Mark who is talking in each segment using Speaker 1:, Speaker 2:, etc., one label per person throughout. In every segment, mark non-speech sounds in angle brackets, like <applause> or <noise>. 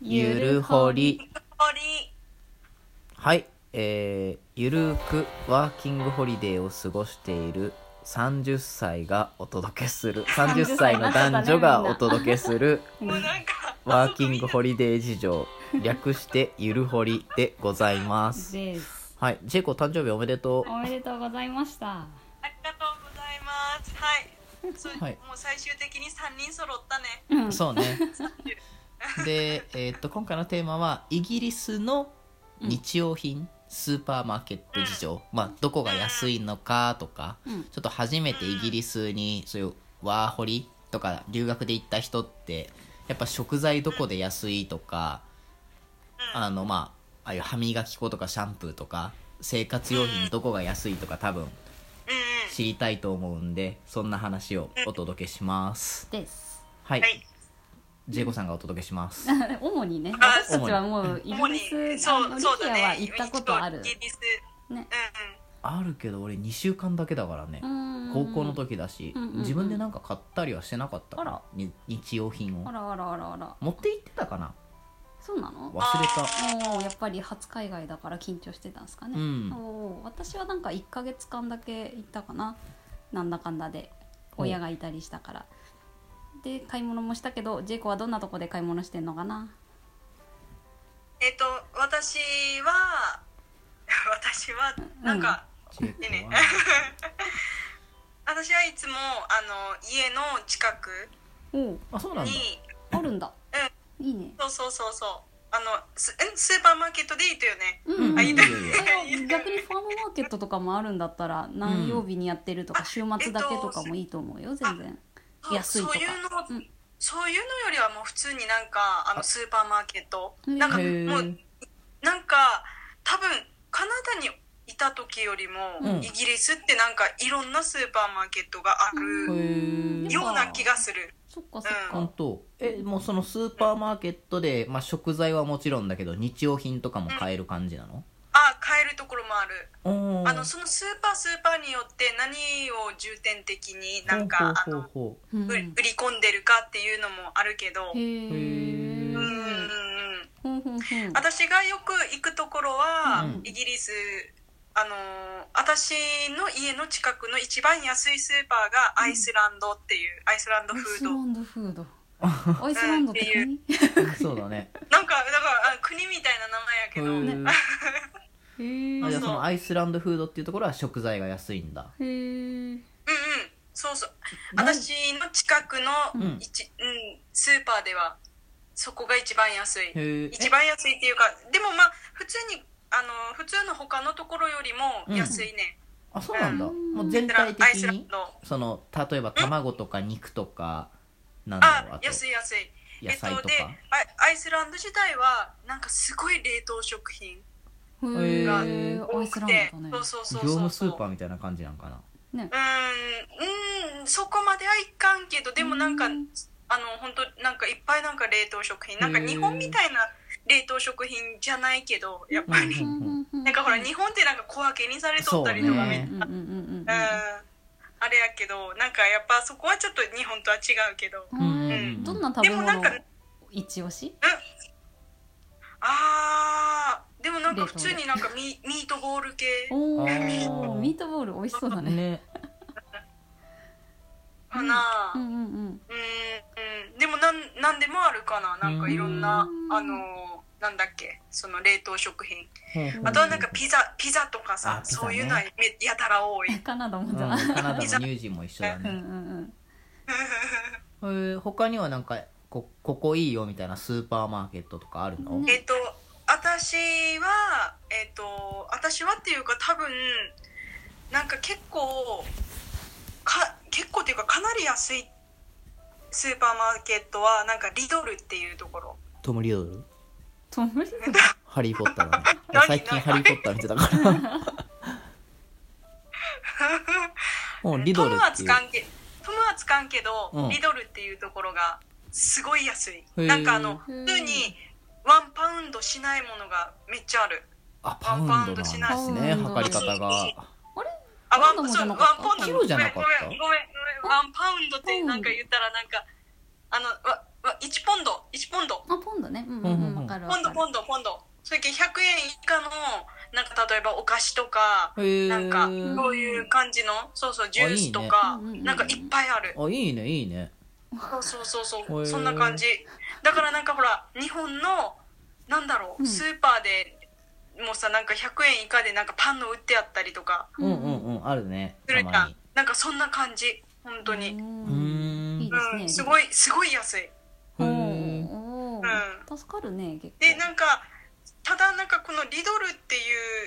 Speaker 1: ゆるほり。
Speaker 2: ほり
Speaker 1: はい。えー、ゆるーくワーキングホリデーを過ごしている30歳がお届けす <laughs> る、30歳の男女がお届けする、
Speaker 2: <laughs> なんか
Speaker 1: ワーキングホリデー事情、略してゆるほりでございます。
Speaker 3: です。
Speaker 1: はい。ジェイコ誕生日おめでと
Speaker 3: おめでとうございました。
Speaker 2: ありがとうございますはいそ
Speaker 1: はい
Speaker 2: もう最終的に三人揃ったね
Speaker 1: う。そう <laughs> ね。で、えーっと、今回のテーマは、イギリスの日用品、スーパーマーケット事情。まあ、どこが安いのかとか、
Speaker 3: うん
Speaker 1: ちょっと初めてイギリスにそういうワーホリとか留学で行った人ってやっぱ食材どこで安いとかあのまあああいう歯磨き粉とかシャンプーとか生活用品どこが安いとか多分
Speaker 2: うんうん
Speaker 1: 知りたいと思うんでそんな話をお届けします
Speaker 3: です。 <laughs>
Speaker 1: はい
Speaker 2: はい
Speaker 1: ジェイコさんがお届けします
Speaker 3: 主にね、
Speaker 2: あ
Speaker 3: 私たちはもうイギ
Speaker 2: 主
Speaker 3: リ
Speaker 2: に
Speaker 3: ス、
Speaker 2: そ
Speaker 3: あの
Speaker 2: うそう
Speaker 3: リ
Speaker 2: だ
Speaker 3: キアは
Speaker 2: ね
Speaker 3: 行ったことある
Speaker 2: イ。ギリス
Speaker 3: ね。
Speaker 1: あるけど俺2週間だけだからね高校の
Speaker 3: 時。
Speaker 1: 時だし
Speaker 3: うんうんうん
Speaker 1: 自分でなんか買ったりはしてなかったか
Speaker 3: あ
Speaker 1: ら
Speaker 3: ら
Speaker 1: に日用品を
Speaker 3: あらあらあらあら。
Speaker 1: 持って行ってたかな
Speaker 3: そうなの？
Speaker 1: 忘れた
Speaker 3: もうやっぱり初海外だから緊張してたんですかね。
Speaker 1: うん
Speaker 3: おー私はなんか一ヶ月間だけ行ったかな。なんだかんだで親がいたりしたから。で買い物もしたけど、ジェイコはどんなとこで買い物してんのかな？
Speaker 2: えっと私は <laughs> 私はなんか、
Speaker 1: ジェイコは
Speaker 2: 私はいつもあの家の近く
Speaker 3: おお、
Speaker 1: あそうなんだ
Speaker 2: に
Speaker 3: あるんだ。いいね。
Speaker 2: そうそうそうそうあのスんスーパーマーケットでいいとよね
Speaker 3: うん、
Speaker 2: あ
Speaker 3: う
Speaker 2: いい
Speaker 3: ん
Speaker 2: ね。
Speaker 3: それを <laughs> 逆にファームマーケットとかもあるんだったら何曜日にやってるとか
Speaker 2: うん
Speaker 3: 週末だけとかもいいと思うよ全然
Speaker 2: そう
Speaker 3: 安いとか
Speaker 2: そういうの、
Speaker 3: うん
Speaker 2: そういうのよりはもう普通になんかあのスーパーマーケット
Speaker 3: へー
Speaker 2: なんかも
Speaker 1: へ
Speaker 2: う
Speaker 1: ー
Speaker 2: なんか多分カナダにいた時よりも、
Speaker 1: うん
Speaker 2: イギリスってなんかいろんなスーパーマーケットがあ
Speaker 1: へ
Speaker 2: る
Speaker 3: ん
Speaker 1: ー
Speaker 2: ような気がする、
Speaker 3: そっかそっ
Speaker 1: 本
Speaker 3: か
Speaker 1: 当えもうそのスーパーマーケットで、まあ、食材はもちろんだけど日用品とかも買える感じなの
Speaker 2: あ買えるところもある、
Speaker 1: おー
Speaker 2: あのそのスーパースーパーによって何を重点的になんか
Speaker 1: ほう
Speaker 2: あ
Speaker 1: ほうほう
Speaker 2: の
Speaker 1: ほう
Speaker 3: うん
Speaker 2: 売り売り込んでるかっていうのもあるけど
Speaker 3: へえ
Speaker 2: うんうんうん
Speaker 3: ほんほんほん
Speaker 2: 私がよく行くところは、
Speaker 1: うん
Speaker 2: イギリスあのー私の家の近くの一番安いスーパーがアイスランドっていう、アイスランド
Speaker 3: アイ
Speaker 2: フー
Speaker 3: ス
Speaker 2: ド
Speaker 3: ランドフードアイスランドって国
Speaker 1: そうだね
Speaker 2: なんかだからあ国みたいな名前やけど、
Speaker 1: へー
Speaker 3: へ
Speaker 1: あ
Speaker 3: え
Speaker 1: じゃあそのアイスランドフードっていうところは食材が安いんだ
Speaker 3: へえ
Speaker 2: うんうんそうそう
Speaker 1: なん
Speaker 2: 私の近く
Speaker 1: うん
Speaker 2: の一、うんスーパーではそこが一番安い
Speaker 1: へえ
Speaker 2: 一番安いっていうかでもまあ普通にあのー普通の他のところよりも安いね、
Speaker 1: あそうなんだ
Speaker 3: うん
Speaker 1: もう全
Speaker 2: だから
Speaker 1: 体
Speaker 2: アイ
Speaker 1: 的
Speaker 2: スラン
Speaker 1: に
Speaker 2: ド
Speaker 1: その例えば卵とか肉とかなんだろう
Speaker 2: あ
Speaker 1: あと
Speaker 2: 安い安い
Speaker 1: 野菜
Speaker 2: えっ
Speaker 1: と
Speaker 2: と、で
Speaker 1: か
Speaker 2: アアイスランド自体はなんかすごい冷凍食品
Speaker 3: へ
Speaker 1: が
Speaker 3: えア
Speaker 2: 多
Speaker 3: イス
Speaker 2: く
Speaker 3: ラ
Speaker 2: て
Speaker 3: ンドだね
Speaker 2: そうそうそう
Speaker 1: 業
Speaker 2: そう
Speaker 1: 務スーパーみたいな感じなんかな
Speaker 2: うーんうんそこまではいかんけどでもなんか
Speaker 3: うん
Speaker 2: あの本当なんかいっぱいなんか冷凍食品なんか
Speaker 1: へー
Speaker 2: 日本みたいな冷凍食品じゃないけどやっぱり
Speaker 1: う
Speaker 3: うんうんうん
Speaker 2: なんかほら日本ってなんか小分けにされとったり
Speaker 3: うん
Speaker 2: と
Speaker 3: う
Speaker 2: か
Speaker 3: ん
Speaker 2: ね
Speaker 3: うんうんうん
Speaker 2: うんあれやけどなんかやっぱそこはちょっと日本とは違うけど
Speaker 3: うん
Speaker 2: うん
Speaker 3: どんな食べ
Speaker 2: でもなん
Speaker 3: 物
Speaker 2: か
Speaker 3: 一押し
Speaker 2: あーでもなんか普通
Speaker 3: 冷凍
Speaker 2: になんかミミートボール系
Speaker 3: お
Speaker 1: あ
Speaker 3: ー
Speaker 1: ー
Speaker 3: ミートボール美味しそうだね
Speaker 1: ね
Speaker 2: かな、
Speaker 3: うんうんうん
Speaker 2: うーん、うん、でもなんなんでもあるかななんかいろんな
Speaker 3: うん
Speaker 2: あのーなんだっけその冷凍食品
Speaker 1: ほうほう
Speaker 2: あとはなんかピザピザとかさ、
Speaker 1: あピザね
Speaker 2: そういうのはめやたら多い
Speaker 3: カナダも
Speaker 1: うん
Speaker 3: じゃ
Speaker 1: カ
Speaker 3: あ
Speaker 1: ナダのニュージーも一緒だ
Speaker 3: うんう
Speaker 1: ね、
Speaker 3: ん
Speaker 1: えー他にはなんかこここいいよみたいなスーパーマーケットとかあるの、
Speaker 3: ね
Speaker 2: えっと私はえっと私はっていうか多分なんか結構か結構っていうかかなり安いスーパーマーケットはなんかリドルっていうところ
Speaker 1: トム・リドル
Speaker 3: トムリドル
Speaker 1: ハリー・ポッターだね
Speaker 2: 何
Speaker 1: 最近「ハリー・ポッター」見てたからもうリド
Speaker 2: ト
Speaker 1: ルっ
Speaker 2: ムは
Speaker 1: て
Speaker 2: つ
Speaker 1: いう
Speaker 2: かんけトムはつかんけど、
Speaker 1: うん
Speaker 2: リドルっていうところがすごい安い
Speaker 1: へー
Speaker 2: なんかあの
Speaker 3: へー
Speaker 2: 普通にワンパウンドしないものがめっちゃある
Speaker 1: あパウンドなんですね
Speaker 2: パ
Speaker 3: ウンドしない
Speaker 1: 測り方が
Speaker 2: あワ
Speaker 3: パウ
Speaker 2: ン
Speaker 3: ンドもじ
Speaker 2: そ
Speaker 3: ゃ
Speaker 2: う
Speaker 3: な
Speaker 2: ワン
Speaker 3: かった
Speaker 2: パウンド
Speaker 1: キロじゃなかった
Speaker 2: ごめんごめんごめんワンパウンドってなんか言ったらなんかあのわわ1ポンド1ポンド
Speaker 3: あポンドねうんうんうんるわ
Speaker 2: ポン
Speaker 3: か
Speaker 2: ド
Speaker 3: る
Speaker 2: ポンドポンドそれけ100円以下のなんか例えばお菓子とか
Speaker 1: へえ
Speaker 2: なんかそういう感じのそうそうジュースとか
Speaker 3: あいいね
Speaker 2: なんかいっぱいある
Speaker 1: あいいねいいね
Speaker 2: そうそうそう
Speaker 1: へ
Speaker 2: そ
Speaker 1: ー
Speaker 2: うそんな感じだからなんかほら日本のなんだろ
Speaker 3: うん
Speaker 2: うスーパーでもうさなんか100円以下でなんかパンの売ってあったりとか
Speaker 1: うんうんうんあるねた
Speaker 2: するじ
Speaker 1: ま
Speaker 2: ゃ
Speaker 1: に
Speaker 2: んなんかそんな感じ本当に
Speaker 3: うんいいです
Speaker 2: う
Speaker 3: ね
Speaker 2: んす
Speaker 3: い
Speaker 2: ごいすごい安い
Speaker 3: お
Speaker 1: へ
Speaker 3: ーお
Speaker 2: う
Speaker 3: ー助かるね結構
Speaker 2: でなんかただなんかこのリドルってい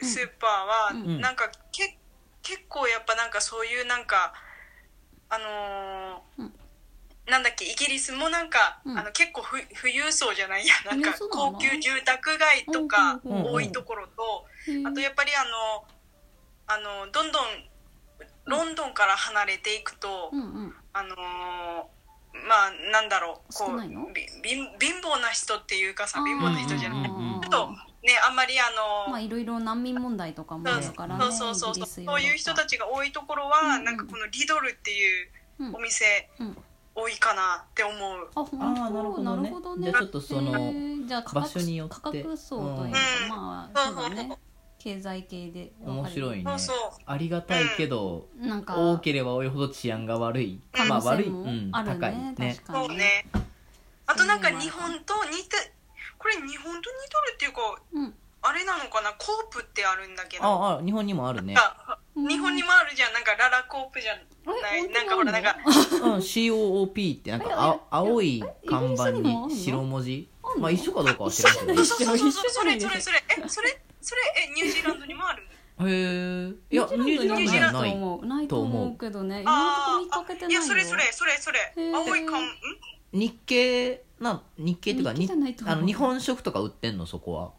Speaker 2: うスーパ
Speaker 3: うん
Speaker 1: う
Speaker 2: ー
Speaker 1: ん
Speaker 2: はなんかけ結構やっぱなんかそういうなんかあのー
Speaker 3: うん
Speaker 2: なんだっけイギリスもなんか、
Speaker 3: うん
Speaker 2: あの結構ふ富裕層じゃないやなんか
Speaker 3: 富裕層なの
Speaker 2: 高級住宅街とか
Speaker 3: うんうん
Speaker 1: うん
Speaker 2: 多いところと、
Speaker 3: へー
Speaker 2: あとやっぱりあのあのどんどんロンドンから離れていくと、
Speaker 3: うんうん
Speaker 2: あのーまあなんだろうこ
Speaker 3: 少
Speaker 2: う
Speaker 3: ないの
Speaker 2: び貧貧乏な人っていうかさ貧乏な人じゃない
Speaker 1: うんうんうん
Speaker 2: ちょっとねあんまりあの
Speaker 3: まあいろいろ難民問題とかもあるからね
Speaker 2: そうそうそう
Speaker 3: イギ
Speaker 2: そう
Speaker 3: リス
Speaker 2: そ
Speaker 3: ヨーロッ
Speaker 2: う
Speaker 3: パ
Speaker 2: いう人たちが多いところ
Speaker 3: うん
Speaker 2: は、
Speaker 3: うん
Speaker 2: なんかこのリドルっていう
Speaker 3: うん
Speaker 2: お店
Speaker 3: うん
Speaker 2: 多いかなって思う、
Speaker 3: あ
Speaker 1: あーなる
Speaker 3: 本
Speaker 1: ほ
Speaker 3: 当
Speaker 1: ど
Speaker 3: な
Speaker 1: ね
Speaker 3: るほどね
Speaker 1: じゃあちょっとその
Speaker 3: へーじゃあ価格
Speaker 1: 場所によって
Speaker 3: 価格層というか、
Speaker 2: うん
Speaker 3: まあそうだね経済系で分かれる
Speaker 1: 面白いね
Speaker 2: そうそう
Speaker 1: ありがたいけど
Speaker 3: なんか
Speaker 1: 多ければ多いほど治安が悪い
Speaker 2: 可能性
Speaker 1: まあ
Speaker 3: 可能
Speaker 1: 悪い、
Speaker 3: 性
Speaker 1: う
Speaker 3: も
Speaker 1: ん、
Speaker 3: ある
Speaker 1: 高い
Speaker 3: ね
Speaker 1: ね
Speaker 3: 確か
Speaker 2: そ
Speaker 3: に
Speaker 2: うねあとなんか日本と似てこれ日本と似とるっていうか
Speaker 3: うん
Speaker 2: あれなのかなコープってあるんだけど
Speaker 1: ああ日本にもあるね
Speaker 2: なんか日本にもあるじゃんなんかララコープじゃない
Speaker 3: え
Speaker 2: なんかほらなんか
Speaker 1: うん COOP ってなんかあ青い看板に白文字
Speaker 3: あんの
Speaker 1: まあ一緒かどうかは知らんけど
Speaker 3: 一緒
Speaker 2: そうそうそうそ
Speaker 3: 一緒
Speaker 2: うそれ
Speaker 3: 一緒
Speaker 2: それそれえそれそれえニュージーランドにもある
Speaker 1: へえいやニュージーランド
Speaker 3: に
Speaker 1: に
Speaker 3: は
Speaker 1: は
Speaker 3: な
Speaker 1: ない
Speaker 3: と思うない
Speaker 1: い
Speaker 3: と
Speaker 1: と
Speaker 3: 思
Speaker 1: 思
Speaker 3: う
Speaker 1: う
Speaker 3: けどね今
Speaker 2: あ
Speaker 3: のとこ見かけてな
Speaker 2: ーあ
Speaker 3: い
Speaker 2: い
Speaker 3: よ
Speaker 2: やそれそれそれそれ
Speaker 3: へー
Speaker 2: 青い缶ん
Speaker 1: 日系な日系っていうか
Speaker 3: 日系じゃないと思う
Speaker 1: あの日本食とか売ってんのそこは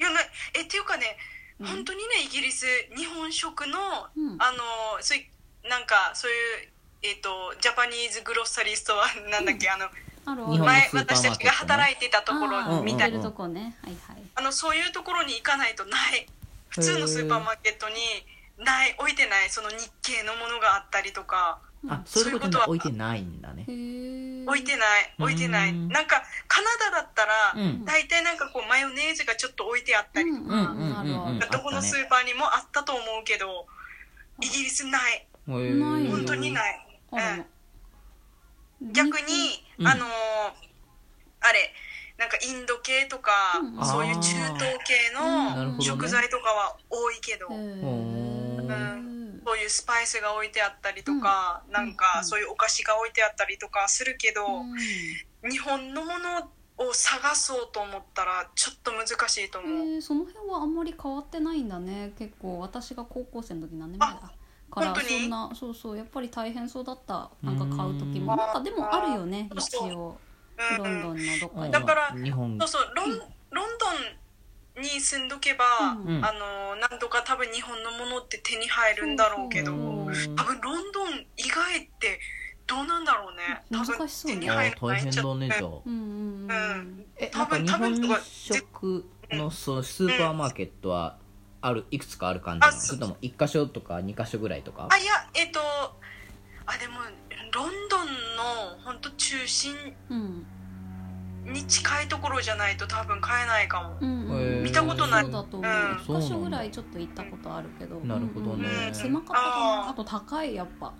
Speaker 1: い
Speaker 2: やなえっていうかね
Speaker 3: うん
Speaker 2: 本当にねイギリス日本食の、
Speaker 3: うん
Speaker 2: あのそういうなんかそういうえっ、とジャパニーズグロッサリーストアなんだっけ、あ
Speaker 3: あるある
Speaker 1: 日
Speaker 2: の
Speaker 1: 本の
Speaker 2: 前
Speaker 1: スーパーマーケットね
Speaker 2: 私たちが働いてたとこ
Speaker 3: あー
Speaker 2: ろみたい
Speaker 1: うん
Speaker 3: 売って
Speaker 1: うん
Speaker 3: るとこねはいはい
Speaker 2: あのそういうところに行かないとない普通のスーパーマーケットにない置いてないその日系のものがあったりとか
Speaker 3: うん
Speaker 1: あそういうとこに
Speaker 2: そういうこと
Speaker 1: は
Speaker 2: は
Speaker 1: 置いてないんだね
Speaker 3: へー
Speaker 2: 置いてない置いてない
Speaker 1: うん
Speaker 2: なんかカナダだった
Speaker 1: う
Speaker 2: ら
Speaker 1: ん
Speaker 2: 大体なんかこうマヨネーズがちょっと置いてあったりとか、
Speaker 3: うん
Speaker 1: うんうんうん
Speaker 3: あるあ
Speaker 1: うん
Speaker 3: る
Speaker 2: どこのスーパーにもあったと思うけどイギリスない
Speaker 1: へ
Speaker 3: ない
Speaker 1: ー
Speaker 3: よ
Speaker 2: 本当にない、うん
Speaker 3: あるの
Speaker 2: 逆に、
Speaker 1: うん
Speaker 2: あのーあれなんかインド系とか、
Speaker 3: うん
Speaker 2: そういう中東系
Speaker 3: あー
Speaker 1: なるほど
Speaker 2: の
Speaker 1: ね
Speaker 2: 食材とかは多いけど、
Speaker 3: へー
Speaker 1: うん
Speaker 2: そういうスパイスが置いてあったりとか、なんか
Speaker 3: うん
Speaker 2: そういうお菓子が置いてあったりとかするけど、
Speaker 3: うん
Speaker 2: 日本のものを探そうと思ったらちょっと難しいと思う、
Speaker 3: えー、その辺はあんまり変わってないんだね結構私が高校生の時何年前だから
Speaker 2: 本当に
Speaker 3: そんなそうそうやっぱり大変そうだったなんか
Speaker 1: うーん
Speaker 3: 買う時もなんかでもあるよね
Speaker 2: そう
Speaker 3: 一
Speaker 2: そう
Speaker 3: 応
Speaker 2: うん
Speaker 3: ロンドンのどっか
Speaker 1: うん
Speaker 3: に
Speaker 2: だから
Speaker 1: 日本
Speaker 2: そうそうロン,、ロンドンに住んどけば、
Speaker 3: うん
Speaker 1: うん
Speaker 2: あのー何度か多分日本のものって手に入るんだろうけど。
Speaker 3: そうそう
Speaker 2: 多分ロンドン以外ってどうなんだろうね多分
Speaker 3: 難しそうね
Speaker 2: 手に
Speaker 1: あ
Speaker 2: 入
Speaker 1: ー
Speaker 2: ら
Speaker 1: 大
Speaker 2: ない
Speaker 1: 変だねじゃあ
Speaker 3: うんうんうん
Speaker 1: えな
Speaker 2: 多
Speaker 1: んか
Speaker 2: 分
Speaker 1: 日
Speaker 2: 多分と
Speaker 1: 本
Speaker 2: か
Speaker 1: 食のそのスーパーマーケットはあるいくつかある感じなの
Speaker 2: あ
Speaker 1: そ
Speaker 2: そう
Speaker 1: れとも1箇所とか2箇所ぐらいとか
Speaker 2: あいやえっ、とあでもロンドンの本当中心
Speaker 3: うん
Speaker 2: に近いところじゃないと多分買えないか
Speaker 3: う
Speaker 2: も、
Speaker 3: んうん
Speaker 1: へー
Speaker 2: 見たことない
Speaker 3: そうだと思う
Speaker 2: うん
Speaker 3: 一箇所ぐらいちょっと行ったことあるけど
Speaker 1: なるほどね
Speaker 3: うんうん狭かったか
Speaker 2: あ
Speaker 3: な
Speaker 2: ー
Speaker 3: あと高いやっぱ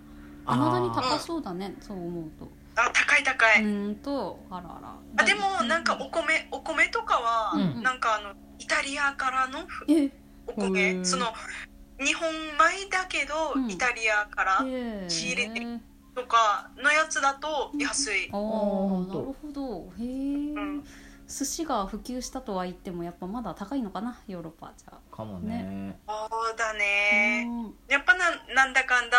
Speaker 1: あー
Speaker 3: あまだに高そうだねそう思うと
Speaker 2: あ高い高
Speaker 3: う
Speaker 2: い、
Speaker 3: ーんとあらあら
Speaker 2: あでもなんかお米お米とかは、
Speaker 1: うん
Speaker 2: なんかあのイタリアからの
Speaker 3: ええ
Speaker 2: お
Speaker 1: う
Speaker 2: 米
Speaker 1: ん
Speaker 2: その日本米だけど、
Speaker 3: うん
Speaker 2: イタリアから仕入れてとかのやつだと安い、
Speaker 3: ああー
Speaker 1: ほん
Speaker 3: な
Speaker 1: と
Speaker 3: るほどへえ、
Speaker 2: ん
Speaker 3: 寿司が普及したとは言ってもやっぱまだ高いのかなヨーロッパじゃ
Speaker 1: かもね
Speaker 2: そうだ
Speaker 3: あ、
Speaker 2: ね
Speaker 3: うん
Speaker 2: やっぱななんだかんだ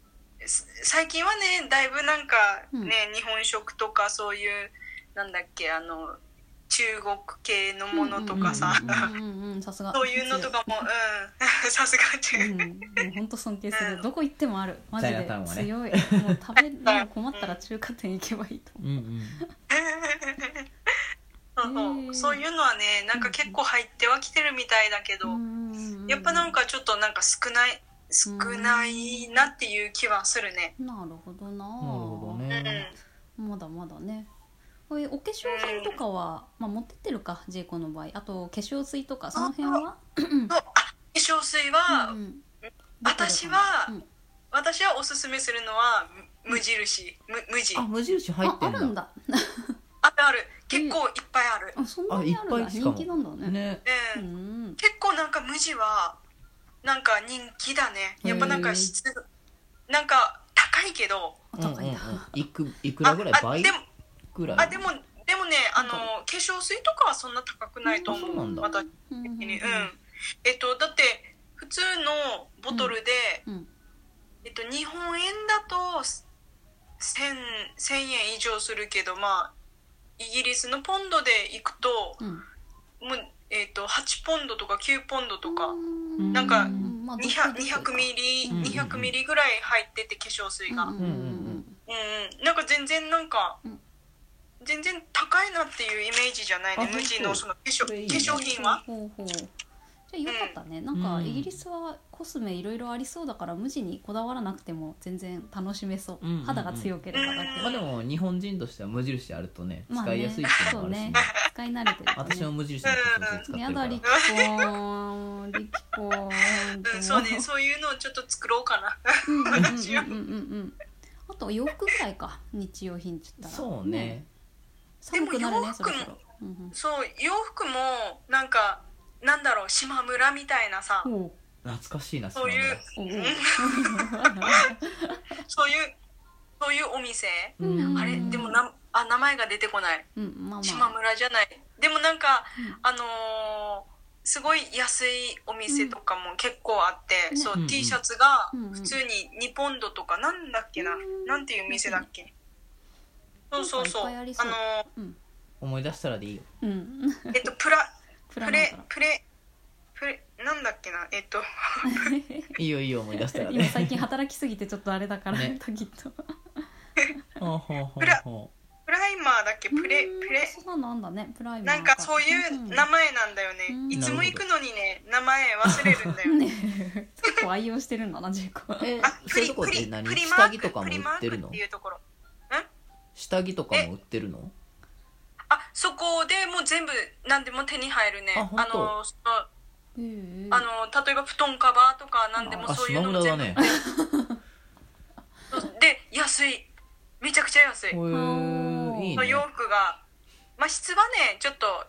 Speaker 2: うんす最近はねだいぶなんかね、日本食とかそういうなんだっけあの中国系のものとかさ、
Speaker 1: うんうんうん
Speaker 3: うんうんうんさすが
Speaker 2: そういうのとかもうん <laughs> さすが中
Speaker 3: うん、もう本当尊敬するどこ行ってもあるマジ
Speaker 1: チャ
Speaker 3: で
Speaker 1: イナタウンはね
Speaker 3: 強い、もう食べるの困ったら中華店行けばいいと思
Speaker 1: うんうん
Speaker 3: へ
Speaker 2: <laughs> そうそう
Speaker 3: え
Speaker 2: そういうのはねなんか結構入ってはきてるみたいだけど、
Speaker 3: ううんうんうん
Speaker 2: やっぱなんかちょっとなんか少ない少ないなっていう気はするね。
Speaker 3: なるほどな
Speaker 1: なるほど
Speaker 2: うん
Speaker 1: ね
Speaker 3: まだまだねこういうお化粧品とかは、まあ、持ってってるかジェイコの場合あと化粧水とかその辺は
Speaker 2: のあ化粧水は、
Speaker 3: うんうん
Speaker 2: 私は
Speaker 3: うん
Speaker 2: 私はおすすめするのはむ無印む無地
Speaker 1: あ無印入
Speaker 3: あ
Speaker 1: って
Speaker 3: あ
Speaker 1: んだ
Speaker 3: るんだ
Speaker 2: あるある結構いっぱいある、
Speaker 3: あそんなにあるん
Speaker 1: あいっ
Speaker 3: だ
Speaker 1: ぱいしか
Speaker 3: 人
Speaker 1: も
Speaker 3: 気なんだね
Speaker 1: ね
Speaker 2: う
Speaker 3: うんん
Speaker 2: 結構なんか無地はなんか人気だねやっぱなん
Speaker 3: へ
Speaker 2: か
Speaker 3: ー
Speaker 2: 質なんか高いけど
Speaker 3: お高いんだ
Speaker 1: うんうんうんいくいく
Speaker 2: あ
Speaker 1: らぐらい
Speaker 2: あ
Speaker 1: 倍
Speaker 2: でも
Speaker 1: ぐらい
Speaker 2: あでもでもねあの
Speaker 3: なんだ
Speaker 2: 化粧水とかはそんな高くないと思う
Speaker 1: あそうなんだ
Speaker 2: 私
Speaker 3: うんうん
Speaker 2: 的にうんえっとだって普通のボトルで、
Speaker 3: うん
Speaker 2: えっと、日本円だと1000 1000円以上するけどまあイギリスのポンドでいくと
Speaker 3: うん
Speaker 2: もう、えっと、8ポンドとか9ポンドとか
Speaker 3: うん
Speaker 2: なんか
Speaker 3: うんまあ
Speaker 2: 200 200ミリ
Speaker 1: うんうんうん
Speaker 2: 200ミリぐらい入ってて化粧水が、うん
Speaker 3: うんうんうん
Speaker 2: うん、なんか全然なんか、
Speaker 3: うん
Speaker 2: 全然高いなっていうイメージじゃない
Speaker 1: あ
Speaker 2: ね
Speaker 1: 本当
Speaker 2: 無地のその化粧
Speaker 1: こ
Speaker 2: 化
Speaker 1: れいいね
Speaker 2: 粧品は
Speaker 3: ほうほうほうじゃあよかったねなんか
Speaker 1: うん
Speaker 3: イギリスはコスメいろいろありそうだから無地にこだわらなくても全然楽しめそ
Speaker 1: うんうんう
Speaker 3: うん肌が強ければだけ
Speaker 1: まあでも日本人としては無印あるとね
Speaker 3: まあね
Speaker 1: 使いやすいっていうのもあるし、
Speaker 3: そうね
Speaker 1: ね
Speaker 3: 使い慣れてる
Speaker 1: 私も無印の化粧水使って
Speaker 3: や
Speaker 1: るか
Speaker 3: だ
Speaker 1: ら
Speaker 3: リキコンリキコン
Speaker 2: うん、そうねそういうのをちょっと作ろうかな
Speaker 3: うんうんうんうんうんうんあと洋服ぐらいか日用品って言ったら
Speaker 1: そうね
Speaker 3: 寒くなる
Speaker 2: でも洋
Speaker 3: ね
Speaker 2: 服
Speaker 3: そ
Speaker 2: も
Speaker 3: ろそろうん
Speaker 2: そう洋服もなんかなんだろう島村みたいなさ、
Speaker 3: うんおう
Speaker 1: 懐かしいな
Speaker 2: そういう
Speaker 3: おう
Speaker 2: そういうそういうお店
Speaker 1: そんなの
Speaker 3: うん
Speaker 2: あれでもなあ名前が出てこない
Speaker 3: うんまあま
Speaker 2: 島
Speaker 3: あ
Speaker 2: 村じゃないでもなんか
Speaker 3: うん
Speaker 2: あのーすごい安いお店とかも結構あって、
Speaker 3: ね
Speaker 2: そう、
Speaker 1: うんうん
Speaker 2: T シャツが
Speaker 3: うんうん
Speaker 2: 普通に2ポンドとかなんだっけな、
Speaker 3: うん
Speaker 2: なんていう店だっけ、そうそうそう
Speaker 3: なんかいっぱいあり
Speaker 2: あ
Speaker 3: そう
Speaker 2: の
Speaker 3: うん
Speaker 1: 思い出したらでいいよ
Speaker 3: うん
Speaker 2: ーえっとプラ
Speaker 3: <laughs> プ
Speaker 2: プ
Speaker 3: ラなん
Speaker 2: レ
Speaker 3: たら
Speaker 2: プレプレなんだっけなえっと
Speaker 1: いいよいいよ思い出したら
Speaker 3: <laughs> 今
Speaker 1: ね
Speaker 3: 最近働きすぎてちょっとあれだから
Speaker 1: ね
Speaker 3: パキッと
Speaker 1: ほうほうほうほ
Speaker 2: プライマーだっけプレ
Speaker 3: うん
Speaker 2: プレ
Speaker 3: そんなのあんだねプライマー
Speaker 2: なんかそういう名
Speaker 3: ん
Speaker 2: 前なんだよね、
Speaker 3: うん
Speaker 2: いつも行くのにね名前忘れるんだよね
Speaker 3: ね結構愛用してるんだなジェイコ
Speaker 1: うえ <laughs>
Speaker 2: あ
Speaker 1: そういう
Speaker 2: プリ
Speaker 1: とこ
Speaker 2: プ
Speaker 1: で
Speaker 2: リ
Speaker 1: 何
Speaker 2: プリマー
Speaker 1: 下
Speaker 2: ク
Speaker 1: 着とかも
Speaker 2: プ
Speaker 1: 売
Speaker 2: リマ
Speaker 1: っ
Speaker 2: ーク
Speaker 1: て
Speaker 2: っ
Speaker 1: るの
Speaker 2: ていうところ
Speaker 1: 下着とかも売ってるの
Speaker 2: あそこでもう全部何でも手に入るね
Speaker 1: あ
Speaker 2: あ
Speaker 1: 本当
Speaker 2: のその
Speaker 3: へえ
Speaker 2: あの例えば布団カバーとか何でも
Speaker 1: あ
Speaker 2: そうい
Speaker 1: 島
Speaker 2: うの
Speaker 1: 村だ
Speaker 2: も全部、
Speaker 1: ね
Speaker 2: そうで安いめちゃくちゃ安い
Speaker 1: ほういい
Speaker 2: その
Speaker 1: ね
Speaker 2: 洋服がまあ質はねちょっと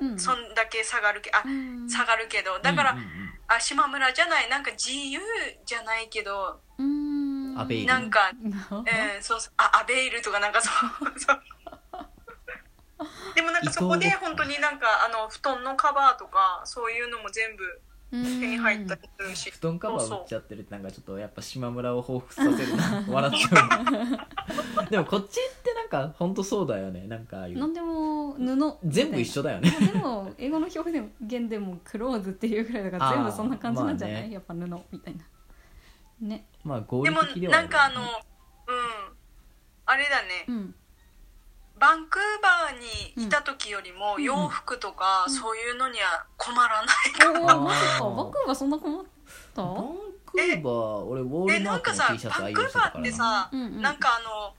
Speaker 3: うん
Speaker 2: そんだけ下がるけあ
Speaker 3: うん
Speaker 2: 下がるけどだから、
Speaker 1: うんうん
Speaker 2: あ島村じゃないなんか自由じゃないけど
Speaker 3: うん
Speaker 1: アベイル
Speaker 2: なんか
Speaker 3: う
Speaker 2: えー、そうそうあアベイルとかなんかそうそうでもなんかそこ
Speaker 1: 移
Speaker 2: で
Speaker 1: 動
Speaker 2: 本当になんかあの布団のカバーとかそういうのも全部
Speaker 3: ん
Speaker 2: 手に入ったりするし
Speaker 1: 布団カバー売っちゃってるってなんかちょっとやっぱ島村を彷彿させるな笑っちゃうでもこっちってなんかほんとそうだよねなんかああいう
Speaker 3: なんでも布
Speaker 1: 全部一
Speaker 3: 緒
Speaker 1: 緒だよね
Speaker 3: でも英語の表現でもクローズっていうぐらいだから全
Speaker 1: あ
Speaker 3: 部
Speaker 1: ー
Speaker 3: そんな感じなんじゃない、
Speaker 1: まあね
Speaker 3: やっぱ布みたいなね
Speaker 1: まあ合
Speaker 2: で
Speaker 1: 理
Speaker 2: も
Speaker 1: 的では
Speaker 2: なんかあの
Speaker 1: よね
Speaker 2: うんあれだね
Speaker 3: うん
Speaker 2: バンクーバーにいた時よりも
Speaker 3: うん
Speaker 2: 洋服とか
Speaker 3: うん
Speaker 2: そういうのには困らない
Speaker 3: おおマジ
Speaker 1: あ
Speaker 3: か
Speaker 1: ー
Speaker 3: バクはそんな困った
Speaker 1: バンクーバー俺ウォー
Speaker 2: え
Speaker 1: ルマ
Speaker 2: な
Speaker 1: ー
Speaker 2: んか
Speaker 1: ク
Speaker 2: さ
Speaker 1: の
Speaker 2: バ
Speaker 1: T シャツ
Speaker 2: ン
Speaker 1: 愛
Speaker 2: ク
Speaker 1: 用して
Speaker 2: ーバ
Speaker 1: たか
Speaker 2: ー
Speaker 1: ら
Speaker 2: って
Speaker 1: な
Speaker 2: さ、
Speaker 3: うんうん
Speaker 2: なんかあの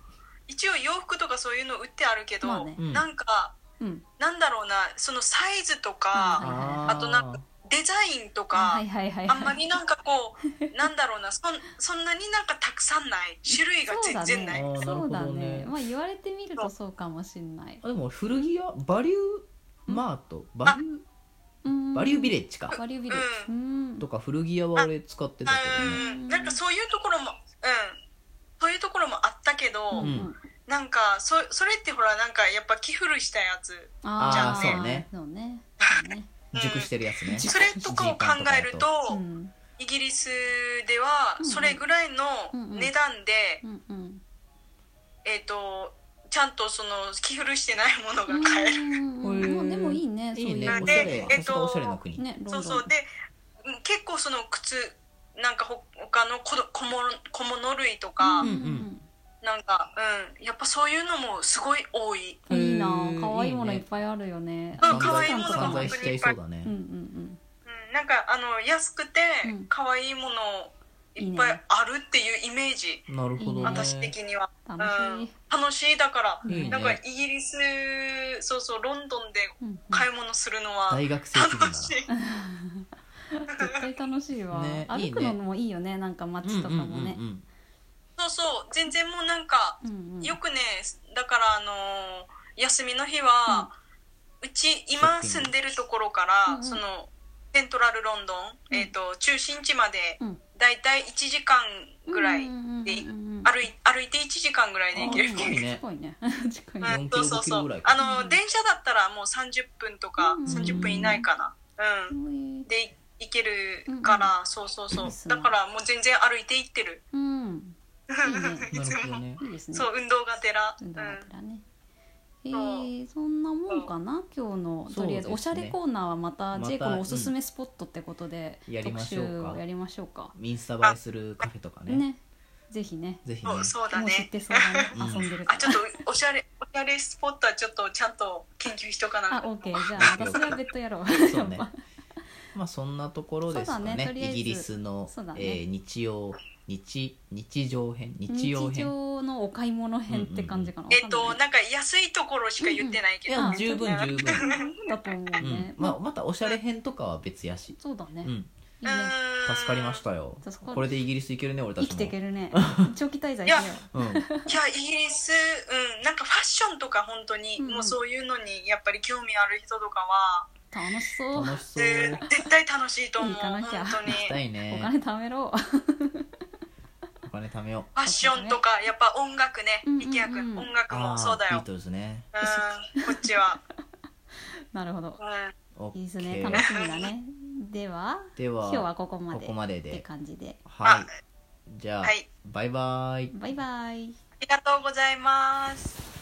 Speaker 2: 一応洋服とかそういうの売ってあるけど、
Speaker 3: まあね
Speaker 1: うん
Speaker 2: なんか
Speaker 3: うん
Speaker 2: なんだろうなそのサイズとか、
Speaker 3: うん
Speaker 1: あ
Speaker 2: あとなんかデザインと
Speaker 3: あ
Speaker 2: か
Speaker 3: はいはいはい
Speaker 2: あ
Speaker 3: はい
Speaker 2: んまりなんかこう
Speaker 3: <laughs>
Speaker 2: なんだろうなそんそんなになんかたくさんない種類が
Speaker 3: そう
Speaker 2: 全
Speaker 3: だ
Speaker 2: 然ない、
Speaker 1: あ
Speaker 3: ね
Speaker 1: ーなる
Speaker 3: そ
Speaker 1: ほ
Speaker 3: うだ
Speaker 1: どね
Speaker 3: ねまあ言われてみるとそうかもしんない
Speaker 1: あでも古着屋バリューマートバリュー
Speaker 3: うん
Speaker 1: バリュービレッジか
Speaker 3: バリュービレッジうん
Speaker 1: とか古着屋は俺使ってたけ
Speaker 2: うんなんかそういうところもうんそういうところもあったけど、
Speaker 1: うん
Speaker 2: なんかそそれってほらなんかやっぱ着古したやつ
Speaker 3: あ
Speaker 2: あー
Speaker 3: ー
Speaker 1: そうね
Speaker 3: そうねそうね
Speaker 1: どね熟してるやつね
Speaker 2: それとかを考える
Speaker 3: う
Speaker 2: と
Speaker 3: ん
Speaker 2: イギリスでは
Speaker 3: うん
Speaker 2: それぐらいの値段で、
Speaker 3: うんうん
Speaker 2: えっ、とちゃんとその着古してないもの
Speaker 3: うん
Speaker 2: が買える、
Speaker 3: うんうんまあでもいいねそう
Speaker 1: いい
Speaker 3: いう
Speaker 1: ね
Speaker 3: の
Speaker 1: おしゃ
Speaker 2: で
Speaker 1: れ
Speaker 2: えっ
Speaker 1: さ
Speaker 2: と
Speaker 1: すがおしゃれの国
Speaker 3: ねロ
Speaker 2: そ
Speaker 3: ン
Speaker 2: う
Speaker 3: ド
Speaker 2: そ
Speaker 3: ン
Speaker 2: うでうん結構その靴なんかほ他の小小物小物類とか、
Speaker 1: うん
Speaker 2: なんかうんやっぱそういうのもすごい多い
Speaker 3: いいな
Speaker 1: へー
Speaker 3: 可愛いもの
Speaker 1: いい
Speaker 3: い
Speaker 1: ね
Speaker 3: っぱいあるよね
Speaker 2: うん
Speaker 1: 散
Speaker 2: 可愛
Speaker 1: 財
Speaker 2: いものが
Speaker 1: 散
Speaker 2: 本当
Speaker 1: 財
Speaker 2: に
Speaker 1: しちゃいそうだね
Speaker 3: うんうん
Speaker 2: うん、なんかあの安くて
Speaker 3: うん
Speaker 2: 可愛いものをいっぱいあるっていうイメージ、
Speaker 1: なるほどね
Speaker 2: 私的には、
Speaker 3: 楽
Speaker 2: う
Speaker 3: し
Speaker 2: ん
Speaker 3: い、
Speaker 2: 楽しいだから、
Speaker 1: いいね
Speaker 2: なんかイギリスそうそうロンドンで
Speaker 3: うんうん、
Speaker 2: 買い物するのは
Speaker 1: 大学生気分だ
Speaker 2: 楽
Speaker 1: な
Speaker 2: しい、
Speaker 3: 絶対楽しいわ、
Speaker 1: ね
Speaker 3: 歩くのもいいよねなんか街とかもね
Speaker 1: うんうんうん
Speaker 2: そうそう全然もうなんか
Speaker 3: うんうん
Speaker 2: よくねだからあのー休みの日は、うち今
Speaker 1: ショッピング
Speaker 2: 住んでるところから、
Speaker 3: うんうん
Speaker 2: そのセントラルロンドン、
Speaker 3: うん
Speaker 2: えー、と中心地まで
Speaker 3: うん
Speaker 2: だいたい1時間ぐらい、で
Speaker 3: うんうんうんうん
Speaker 2: 歩い歩いて1時間ぐらいで行ける
Speaker 1: あー近いね
Speaker 3: 近いね近いね
Speaker 1: う
Speaker 2: うんん、そうそう
Speaker 1: 4キロ
Speaker 2: そ
Speaker 1: ぐら
Speaker 2: う
Speaker 1: いか
Speaker 2: あの電車だったらもう30分とか、
Speaker 3: うん
Speaker 2: 30分以内かなう
Speaker 3: す
Speaker 2: ん
Speaker 3: ごい
Speaker 2: で行けるから、そうそう
Speaker 3: い
Speaker 2: そ
Speaker 3: いうっすね
Speaker 2: だからもう全然歩いて行ってる
Speaker 3: うん
Speaker 2: <laughs>
Speaker 3: いい
Speaker 1: な
Speaker 2: つ
Speaker 1: る
Speaker 2: も
Speaker 1: ほどね
Speaker 3: ねいいですね
Speaker 2: そう運動がてら、う
Speaker 3: 運
Speaker 2: ん
Speaker 3: 動、がてらねえ
Speaker 2: そう
Speaker 3: ー、そんなもんかな今日の
Speaker 1: そう
Speaker 3: とりあえ
Speaker 1: です
Speaker 3: ず
Speaker 1: ね
Speaker 3: おしゃれコーナーはまた
Speaker 1: また
Speaker 3: J コのおすすめスポットってことで
Speaker 1: うんやり
Speaker 3: 特
Speaker 1: ましょ
Speaker 3: 集
Speaker 1: うか
Speaker 3: をやりましょうか
Speaker 1: インスタ映えするカフェとかね
Speaker 3: ねぜひね
Speaker 1: ぜひね
Speaker 2: そうそうだ
Speaker 3: もう知っ
Speaker 2: ね
Speaker 3: てそうだね
Speaker 1: うん
Speaker 3: 遊んでるか
Speaker 2: あ
Speaker 3: ら
Speaker 2: ちょっとおしゃれおしゃれスポットはちょっとちゃんと研究しとかな
Speaker 3: あ
Speaker 2: い
Speaker 3: オッケーじゃあまたそれは別途やろう
Speaker 1: そうね
Speaker 3: やっ
Speaker 1: まあそんなところですか
Speaker 3: そうだね
Speaker 1: ね
Speaker 3: とりあえ
Speaker 1: イ
Speaker 3: ず
Speaker 1: ギリスの
Speaker 3: そうだ、ね
Speaker 1: えー日曜日日常編
Speaker 3: ぱ
Speaker 1: 日曜
Speaker 3: 日
Speaker 1: 編
Speaker 3: 常のお買い物編って感じかな
Speaker 2: えっと
Speaker 3: わかんない
Speaker 2: なんか安いところしか言ってない
Speaker 1: い
Speaker 2: けど、
Speaker 1: や
Speaker 3: あ
Speaker 1: 十分十分、
Speaker 3: だと思う
Speaker 1: う
Speaker 3: ね
Speaker 1: ん、まあ、またおしゃれ編とかは別やし、
Speaker 3: そうだ
Speaker 1: う
Speaker 3: ねいいね
Speaker 1: ん、助かりましたよ
Speaker 3: 助かる
Speaker 1: これでイギリス行けるね俺たち
Speaker 3: 生
Speaker 1: も
Speaker 3: きていけるね長期滞在し
Speaker 2: い
Speaker 3: よ
Speaker 2: や
Speaker 1: うん、
Speaker 2: いやイギリス、うん、なんかファッションとか本当に、
Speaker 3: うん
Speaker 2: もうそういうのにやっぱり興味ある人とかは、
Speaker 3: う楽しそう
Speaker 1: 楽
Speaker 3: <laughs>
Speaker 1: しそう
Speaker 2: ぜ
Speaker 1: 行
Speaker 2: 絶対楽しいと思う
Speaker 3: いいかな
Speaker 2: 本
Speaker 3: きゃ
Speaker 2: 当に
Speaker 1: きたい
Speaker 3: お
Speaker 1: ね
Speaker 3: 金貯めろ <laughs>
Speaker 1: お金貯めよ
Speaker 2: ファッションとかやっぱ音楽ね
Speaker 3: うんうんうん
Speaker 2: 力也君音楽
Speaker 1: う
Speaker 2: も
Speaker 1: ー
Speaker 2: そうだ
Speaker 1: ビー
Speaker 2: よ
Speaker 1: トルズね
Speaker 2: うんこっちは、
Speaker 3: うなるほ
Speaker 1: <laughs>
Speaker 3: ど
Speaker 2: うん、
Speaker 1: オッケ
Speaker 3: いい
Speaker 1: ー
Speaker 3: ですね楽しみだねでは
Speaker 1: では
Speaker 3: 今日はここまで
Speaker 1: ここまでで
Speaker 3: って感じで
Speaker 1: はい
Speaker 2: あ
Speaker 1: じゃあ、
Speaker 2: はい
Speaker 1: バイバイ
Speaker 3: バイバイ
Speaker 2: ありがとうございます